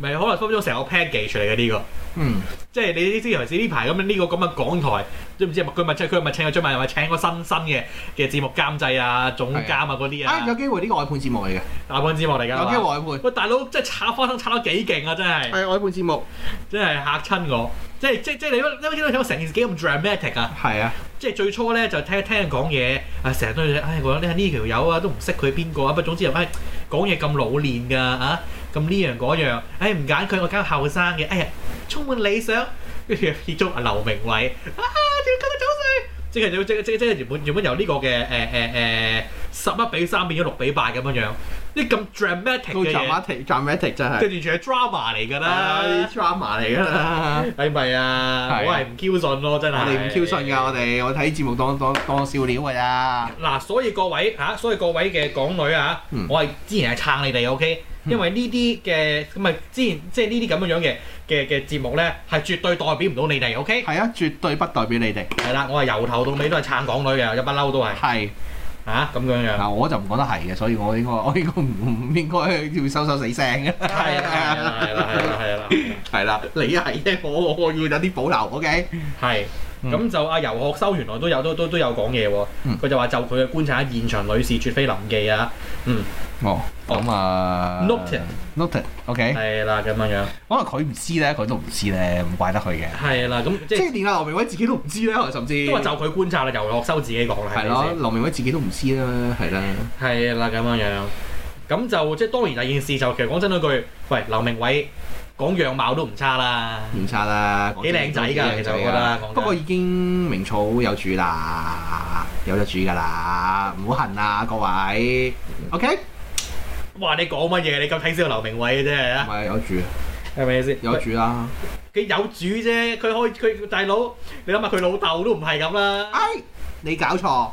[SPEAKER 2] 咪可能分分鐘成個 package 嚟嘅呢個，
[SPEAKER 3] 嗯，
[SPEAKER 2] 即係你呢啲尤其是呢排咁樣呢個咁嘅港台，知唔知佢咪即係佢咪請佢張咪咪請個新新嘅嘅節目監製啊、總監啊嗰啲
[SPEAKER 3] 啊有
[SPEAKER 2] 啊，
[SPEAKER 3] 機會呢個外判節目嚟嘅，
[SPEAKER 2] 大班節目嚟㗎
[SPEAKER 3] 有機會
[SPEAKER 2] 係嘛。
[SPEAKER 3] 外判，
[SPEAKER 2] 喂，大佬，真係炒花生炒得幾勁啊！真係。
[SPEAKER 3] 係外判節目，
[SPEAKER 2] 真係嚇親我，即係即係即係你你你睇到成件事幾咁 dramatic 啊！
[SPEAKER 3] 係啊，
[SPEAKER 2] 即係最初咧就聽聽人講嘢，啊成日都係唉我呢呢條友啊都唔識佢邊個啊，不過總之又唉講嘢咁老練㗎啊，咁呢樣嗰樣，唉唔揀佢我揀後生嘅，哎呀充滿理想，跟住接觸阿劉明偉啊，點解佢早睡？即係要即即即係原本原本由呢個嘅誒誒誒十一比三變咗六比八咁樣樣，啲咁 dramatic
[SPEAKER 3] 高
[SPEAKER 2] 嘅嘢，
[SPEAKER 3] dramatic dramatic 真
[SPEAKER 2] 即
[SPEAKER 3] 係，
[SPEAKER 2] 係完全係 drama 嚟㗎啦。
[SPEAKER 3] 係 drama 嚟㗎啦。
[SPEAKER 2] 係咪啊？
[SPEAKER 3] 係啊
[SPEAKER 2] 我係唔 Q 信咯，真係。
[SPEAKER 3] 我哋唔 Q 信㗎，我哋我睇節目當當當笑料㗎咋。
[SPEAKER 2] 嗱，所以各位嚇、所以各位嘅港女啊，
[SPEAKER 3] 嗯
[SPEAKER 2] 我係之前係撐你哋 OK，
[SPEAKER 3] 嗯
[SPEAKER 2] 因為呢啲嘅咁啊，之前即係呢啲咁樣樣嘅嘅嘅節目咧，係絕對代表唔到你哋 OK。
[SPEAKER 3] 係啊，絕對不代表你哋。
[SPEAKER 2] 係啦，我係由頭到尾都係撐港女嘅，有不嬲都係
[SPEAKER 3] 係
[SPEAKER 2] 嚇咁樣樣。
[SPEAKER 3] 嗱，我就唔覺得係嘅，所以我應該 (laughs) 我應該唔唔應該要收收死聲嘅。
[SPEAKER 2] 係啦，係啦，係啦，係啦，係啦，
[SPEAKER 3] 係啦，你係啫，我我要有啲保留，OK？
[SPEAKER 2] 係。
[SPEAKER 3] 嗯
[SPEAKER 2] 咁就阿游學修原來都有都都都有講嘢喎，
[SPEAKER 3] 嗯
[SPEAKER 2] 佢就話就佢嘅觀察喺現場女士絕非臨記啊，
[SPEAKER 3] 哦，咁啊
[SPEAKER 2] Noted
[SPEAKER 3] noted，noted，OK？
[SPEAKER 2] 係啦咁樣樣，
[SPEAKER 3] 可能佢唔知咧，佢都唔知咧，唔怪得佢嘅。
[SPEAKER 2] 係啦咁即
[SPEAKER 3] 即
[SPEAKER 2] 係。
[SPEAKER 3] 係連阿劉明威自己都唔知咧，可能甚至
[SPEAKER 2] 都話就佢觀察啦，由學修自己講啦，係
[SPEAKER 3] 係
[SPEAKER 2] 咪
[SPEAKER 3] 咯，
[SPEAKER 2] 先？
[SPEAKER 3] 劉明威自己都唔知啦，係啦，
[SPEAKER 2] 係啦，咁樣樣，咁就即係當然第二件事就其實講真嗰句，喂，劉明偉講樣貌都唔差啦，
[SPEAKER 3] 唔差啦，
[SPEAKER 2] 幾靚仔㗎
[SPEAKER 3] 幾靚
[SPEAKER 2] 其
[SPEAKER 3] 仔
[SPEAKER 2] 實
[SPEAKER 3] 㗎
[SPEAKER 2] 我覺得講真
[SPEAKER 3] 不過已經名草有主啦，有得主㗎啦，唔好恨啊，各位，OK？
[SPEAKER 2] 哇！你講乜嘢？你咁睇小劉明偉嘅啫，係啊
[SPEAKER 3] 唔係有主，
[SPEAKER 2] 係咪先？
[SPEAKER 3] 有主啦。
[SPEAKER 2] 佢有主啫，佢可以佢大佬，你諗下佢老豆都唔係咁啦，
[SPEAKER 3] 哎，你搞錯，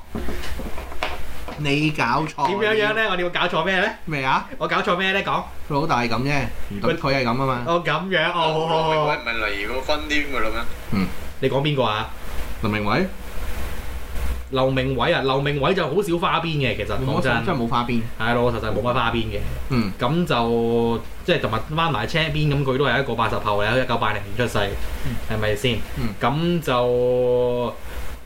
[SPEAKER 3] 你搞錯。
[SPEAKER 2] 點樣樣？咧？我哋會搞錯咩咧？
[SPEAKER 3] 咩啊？
[SPEAKER 2] 我搞錯咩咧？講
[SPEAKER 3] 佢老豆係咁啫，唔代表佢係啊咁啊嘛。
[SPEAKER 2] 我咁樣
[SPEAKER 4] 羅明
[SPEAKER 2] 哦，
[SPEAKER 4] 偉唔係離過婚添㗎啦咩？
[SPEAKER 2] 你講邊個啊？
[SPEAKER 3] 林明偉，
[SPEAKER 2] 劉明偉啊，劉明偉就好少花邊嘅，其實講
[SPEAKER 3] 我
[SPEAKER 2] 真，
[SPEAKER 3] 真係冇花邊。
[SPEAKER 2] 係咯，我實在冇乜花邊嘅。
[SPEAKER 3] 嗯，
[SPEAKER 2] 咁就即係同埋翻埋車邊咁，佢都係一個八十後嚟，一九八零年出世，係咪先
[SPEAKER 3] 嗯？
[SPEAKER 2] 咁就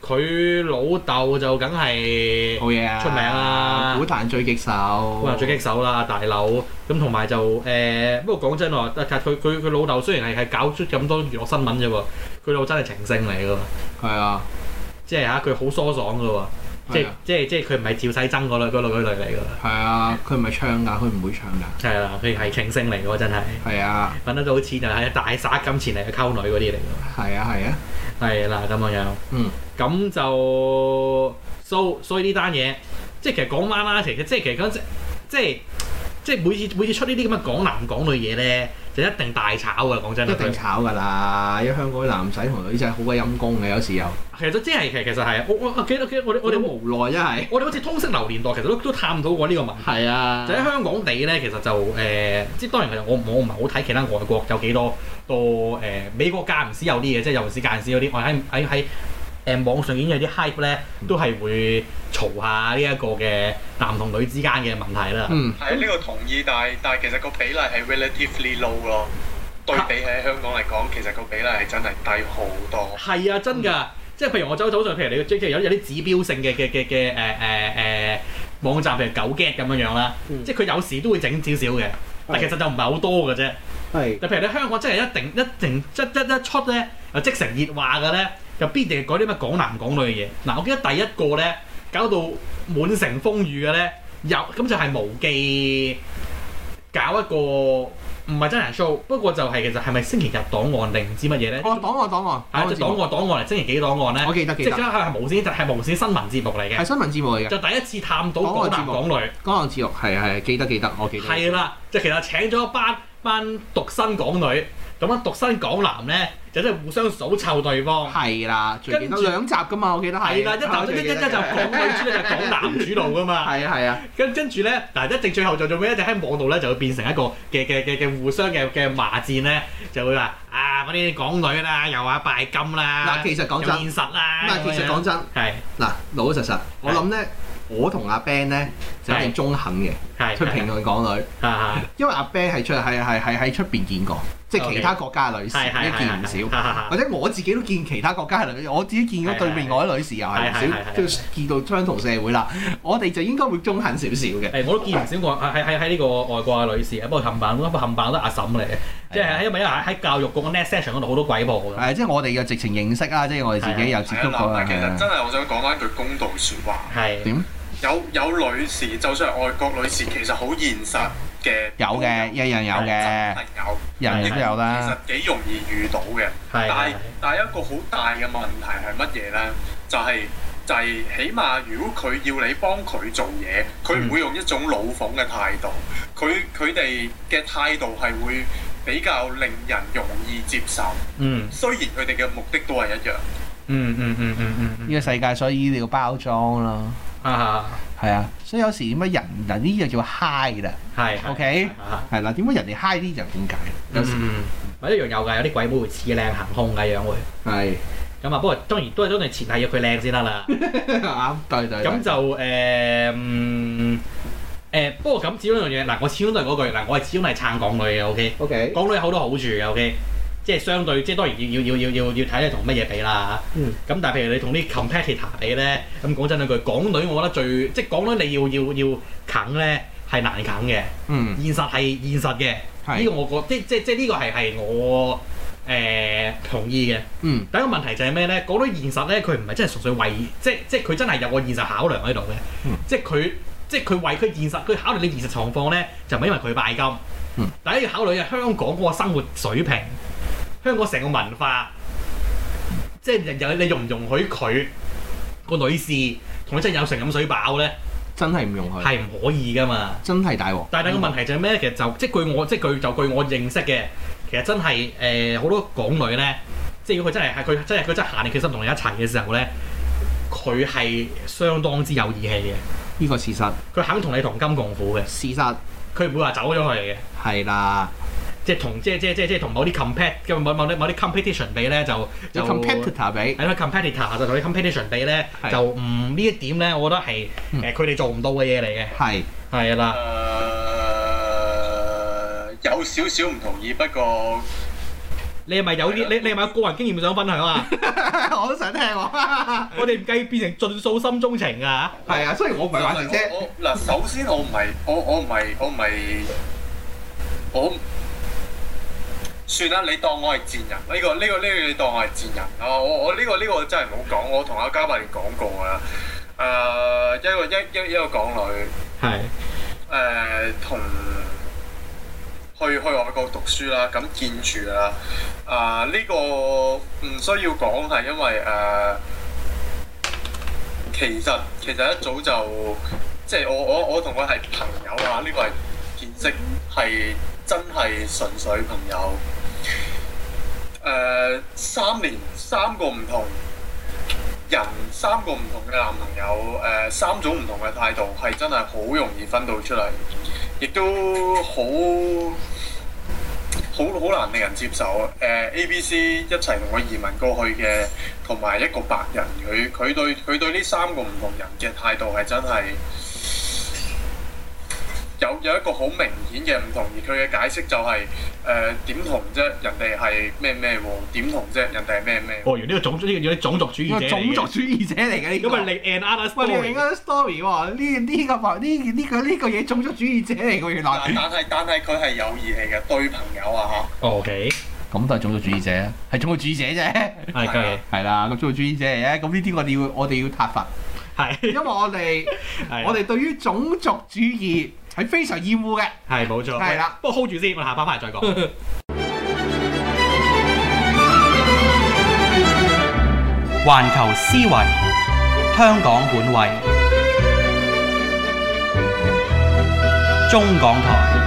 [SPEAKER 2] 佢老豆就梗係
[SPEAKER 3] 好嘢啊！
[SPEAKER 2] 出名啊
[SPEAKER 3] 古壇最棘手。
[SPEAKER 2] 好人最棘手啦，大佬。咁同埋就誒、呃不過講真喎，但係佢佢佢老豆雖然係係搞出咁多娛樂新聞啫喎，佢老真係情聖嚟㗎喎，
[SPEAKER 3] 係啊，
[SPEAKER 2] 即係嚇佢好疏爽㗎喎。即係
[SPEAKER 3] 係啊
[SPEAKER 2] 即係即係佢唔係趙世曾嗰類嗰類嗰類嚟㗎啦。
[SPEAKER 3] 係啊，佢唔係唱㗎，佢唔會唱㗎。
[SPEAKER 2] 係啦，佢係傾星嚟㗎喎，真係
[SPEAKER 3] 係啊，
[SPEAKER 2] 揾得到錢就係大耍金錢嚟嘅溝女嗰啲嚟㗎。
[SPEAKER 3] 係啊，係啊，
[SPEAKER 2] 係啦，咁樣樣。
[SPEAKER 3] 嗯，
[SPEAKER 2] 咁就 so 所以呢單嘢，即係其實講翻啦，其實即係其實嗰陣即係即係每次每次出呢啲咁嘅港男港女嘢咧，就一定大炒㗎啦。講真，
[SPEAKER 3] 一定炒㗎啦！因為香港啲男仔同女仔好鬼陰公嘅，有時候
[SPEAKER 2] 其實都即係其實其實係我我我記得記得我哋
[SPEAKER 3] 我
[SPEAKER 2] 我
[SPEAKER 3] 哋
[SPEAKER 2] 哋
[SPEAKER 3] 無奈真係。
[SPEAKER 2] 我哋好似通識流年代其實都都探討過呢個問題。
[SPEAKER 3] 係啊，
[SPEAKER 2] 就喺香港地咧，其實就誒、呃即係當然其實我我唔係好睇其他外國有幾多到誒、呃美國間唔時有啲嘢，即係有時間唔時有啲我喺喺喺誒網上已經有啲 hype 咧，
[SPEAKER 3] 嗯
[SPEAKER 2] 都係會嘈下呢一個嘅男同女之間嘅問題啦。
[SPEAKER 3] 嗯，
[SPEAKER 4] 係呢個同意，但係但係其實個比例係 relatively low 咯。對比喺香港嚟講，其實個比例係真係低好多。
[SPEAKER 2] 係啊，真
[SPEAKER 3] 嗯
[SPEAKER 2] 㗎，即係譬如我走走上，譬如你即係有有啲指標性嘅嘅嘅嘅誒誒誒網站，譬如九 get 咁樣樣啦，
[SPEAKER 3] 嗯
[SPEAKER 2] 即係佢有時都會整少少嘅，但其實就唔係好多嘅啫。
[SPEAKER 3] 係
[SPEAKER 2] 但譬如你香港真係一定一定一一一出咧，又即成熱話嘅咧，就必定係講啲咩港男港女嘅嘢。嗱，我記得第一個咧，搞到滿城風雨嘅咧，有咁就係無記搞一個唔係真人 show，不過就係其實係咪星期日檔案定唔知乜嘢咧？
[SPEAKER 3] 哦，檔案檔案，
[SPEAKER 2] 係即檔案檔案嚟，星期幾檔案咧？
[SPEAKER 3] 我記得記
[SPEAKER 2] 即
[SPEAKER 3] 得
[SPEAKER 2] 係，係無線係無線新聞節目嚟
[SPEAKER 3] 係
[SPEAKER 2] 嘅，
[SPEAKER 3] 新聞節目嚟嘅，
[SPEAKER 2] 就第一次探討港男港女。
[SPEAKER 3] 港案節目係係記得記得，我記得。
[SPEAKER 2] 係啦，就其實請咗一班班獨身港女，咁樣獨身港男咧，就真係互相數臭對方。
[SPEAKER 3] 係啦，最記得
[SPEAKER 2] 跟住
[SPEAKER 3] 兩集㗎嘛，我記得係。
[SPEAKER 2] 係啦，一
[SPEAKER 3] 啊
[SPEAKER 2] 頭一一一就港
[SPEAKER 3] 係
[SPEAKER 2] 女主咧就港男主路噶嘛，
[SPEAKER 3] 啊 (laughs) 係啊，
[SPEAKER 2] 跟跟住咧嗱，一定最後就做咩？一定喺網度咧就會變成一個嘅嘅嘅嘅互相嘅嘅罵戰咧，就會話啊嗰啲港女啦，又話拜金啦，
[SPEAKER 3] 嗱其實講真
[SPEAKER 2] 又現實啦，
[SPEAKER 3] 嗱，其實
[SPEAKER 2] 咁樣
[SPEAKER 3] 講真，
[SPEAKER 2] 係啊
[SPEAKER 3] 嗱老老實實，我諗咧，我同阿 Ben 咧就一定中肯嘅，
[SPEAKER 2] 係
[SPEAKER 3] 去評論港女，
[SPEAKER 2] 係係
[SPEAKER 3] 因為阿 Ben 係出係係係喺出邊見過，即係
[SPEAKER 2] OK
[SPEAKER 3] 其他國家嘅女士
[SPEAKER 2] 係係
[SPEAKER 3] 都見唔少。
[SPEAKER 2] 少
[SPEAKER 3] 或者我自己都見其他國家嘅女，我自己見到對面嗰啲女士又係唔
[SPEAKER 2] 係係係
[SPEAKER 3] 少，
[SPEAKER 2] 係
[SPEAKER 3] 都見到相同社會啦。我哋就應該會中肯少少嘅。
[SPEAKER 2] 誒，我都見唔少外喺喺喺呢個外國嘅女士，不過冚棒，不過冚棒都係阿嬸嚟嘅，即係因為因為喺教育局個 net section 嗰度好多鬼婆㗎，
[SPEAKER 3] 係，即係我哋嘅直情認識啦，即係我哋自己有接
[SPEAKER 4] 係
[SPEAKER 3] 觸
[SPEAKER 4] 啊，
[SPEAKER 3] 過啦
[SPEAKER 4] 嗱，。其實真係我想講翻句公道説話，
[SPEAKER 2] 係
[SPEAKER 3] 點
[SPEAKER 4] 有有女士，就算係外國女士，其實好現實嘅，
[SPEAKER 3] 有嘅，一樣有嘅，
[SPEAKER 4] 係有，
[SPEAKER 3] 人人都有
[SPEAKER 4] 其實
[SPEAKER 3] 啦。
[SPEAKER 4] 幾容易遇到嘅。
[SPEAKER 2] 係
[SPEAKER 4] 但係
[SPEAKER 2] 係
[SPEAKER 4] 但係一個好大嘅問題係乜嘢咧？就係、就係、起碼如果佢要你幫佢做嘢，佢唔會用一種老奉嘅態度，佢佢哋嘅態度係會比較令人容易接受。
[SPEAKER 2] 嗯
[SPEAKER 4] 雖然佢哋嘅目的都係一樣，
[SPEAKER 2] 嗯嗯嗯嗯嗯
[SPEAKER 3] 呢個世界所以要包裝啦，
[SPEAKER 2] 嗯啊
[SPEAKER 3] 係啊，所以有時點解人嗱呢樣叫 high 啦，
[SPEAKER 2] 係係
[SPEAKER 3] OK？
[SPEAKER 2] 啊
[SPEAKER 3] 係啦，點解人哋 high 啲就係點解？有
[SPEAKER 2] 嗯
[SPEAKER 3] 時
[SPEAKER 2] 嗯，或者一樣有㗎，有啲鬼妹會似靚行空嘅樣會，
[SPEAKER 3] 係 (laughs)
[SPEAKER 2] 咁啊不過當然都係都係前提要佢靚先得啦，
[SPEAKER 3] 啱，對對。
[SPEAKER 2] 咁
[SPEAKER 3] 咁
[SPEAKER 2] 就誒嗯誒不過咁始終一樣嘢嗱，我始終都係嗰句嗱，我係始終係撐港女嘅 OK。
[SPEAKER 3] OK，
[SPEAKER 2] 港女有好多好處嘅，OK，即係相對，即係當然要要要要要要睇你同乜嘢比啦。
[SPEAKER 3] 嗯
[SPEAKER 2] 咁但係譬如你同啲 competitor 比咧，咁講真兩句，港女我覺得最即係港女你要要要啃咧係難啃嘅，
[SPEAKER 3] 嗯，
[SPEAKER 2] 現實係現實嘅。呢個
[SPEAKER 3] 係，
[SPEAKER 2] 我覺即即即呢個係係我誒、呃同意嘅。
[SPEAKER 3] 嗯，
[SPEAKER 2] 第一個問題就係咩咧？港女現實咧，佢唔係真係純粹為即即佢真係有個現實考量喺度嘅，
[SPEAKER 3] 嗯
[SPEAKER 2] 即佢即佢為佢現實，佢考慮你現實狀況咧，就唔係因為佢拜金，
[SPEAKER 3] 嗯
[SPEAKER 2] 但係要考慮嘅香港嗰個生活水平，香港成個文化，即係有你容唔容許佢個女士同你真係有成飲水飽咧，
[SPEAKER 3] 真係唔容許，
[SPEAKER 2] 係唔可以噶嘛？
[SPEAKER 3] 真係大鑊。
[SPEAKER 2] 但係第二個問題就係咩咧？其實就即係據我即係據就據我認識嘅，其實真係誒好多港女咧，即係如果佢真係係佢真係佢真係下定決心同你一齊嘅時候咧，佢係相當之有義氣嘅，
[SPEAKER 3] 呢個事實，
[SPEAKER 2] 佢肯同你同甘共苦嘅，
[SPEAKER 3] 事實
[SPEAKER 2] 佢唔會話走咗去嘅，
[SPEAKER 3] 係啦。
[SPEAKER 2] 即係同即係即係即係即係同某啲 compet 嘅某某啲某啲 competition 比咧就就
[SPEAKER 3] 有 competitor 比，
[SPEAKER 2] 係啦，competitor 就同你 competition 比咧
[SPEAKER 3] 係
[SPEAKER 2] 就唔呢一點咧，我覺得係
[SPEAKER 3] 嗯
[SPEAKER 2] 誒佢哋做唔到嘅嘢嚟嘅，
[SPEAKER 3] 係
[SPEAKER 2] 係
[SPEAKER 4] 誒、
[SPEAKER 2] 啦，
[SPEAKER 4] 呃有少少唔同意，不過
[SPEAKER 2] 你係咪有啲你你係咪有個人經驗想分享啊？
[SPEAKER 3] 我都想聽我。
[SPEAKER 2] (laughs) 我哋唔計變成盡數心中情啊！
[SPEAKER 3] 係啊，雖然我唔係玩成啫，
[SPEAKER 4] 我我嗱，首先我唔係我我唔係我唔係我唔算啦，你當我係賤人，呢、個呢、個呢、個你當我係賤人啊！我我呢、個呢、個真係唔好講，我同阿嘉伯你講過㗎啦。誒一個一一一個港女
[SPEAKER 2] 係
[SPEAKER 4] 誒呃同去去外國讀書啦，咁見住啦。啊呢、個唔需要講係因為誒、呃其實其實一早就即係我我我同佢係朋友啊，呢、個係見識係真係純粹朋友。誒、三年三個唔同人三個唔同嘅男朋友，誒、三種唔同嘅態度，係真係好容易分到出嚟，亦都好好好難令人接受。誒、A、B、C 一齊同我移民過去嘅，同埋一個白人，佢佢對佢對呢三個唔同人嘅態度係真係。有有一個好明顯嘅唔同，而佢嘅解釋就係誒點同啫，人哋係咩咩喎？點同啫，人哋係咩咩喎？
[SPEAKER 2] 哦，原來呢個種族呢個呢個種族主
[SPEAKER 3] 因
[SPEAKER 2] 義
[SPEAKER 3] 為
[SPEAKER 2] 者
[SPEAKER 3] 種
[SPEAKER 2] 嚟
[SPEAKER 3] 族
[SPEAKER 2] 嘅，
[SPEAKER 3] 主義者嚟嘅呢個。
[SPEAKER 2] 因為你 another
[SPEAKER 3] 喂，你另
[SPEAKER 2] story
[SPEAKER 3] 一。個 story 喎，呢呢個朋呢呢個呢個嘢種族主義者嚟嘅原來。
[SPEAKER 4] 但係但係佢係有義氣嘅，對朋友啊
[SPEAKER 2] OK，
[SPEAKER 3] 咁都係種族主義者啊，係種族主義者啫。
[SPEAKER 2] 係嘅，
[SPEAKER 3] 係啦，咁種族主義者嚟嘅，咁呢啲我哋要我哋要撻伐，因
[SPEAKER 2] 係
[SPEAKER 3] 為我哋
[SPEAKER 2] 係
[SPEAKER 3] 我哋對於種族主義係非常厭惡嘅。
[SPEAKER 2] 係冇錯。
[SPEAKER 3] 係啦
[SPEAKER 2] 喂不過 hold 住先，我哋下 part 翻嚟再講。
[SPEAKER 1] 環球思維，香港本位，中港台。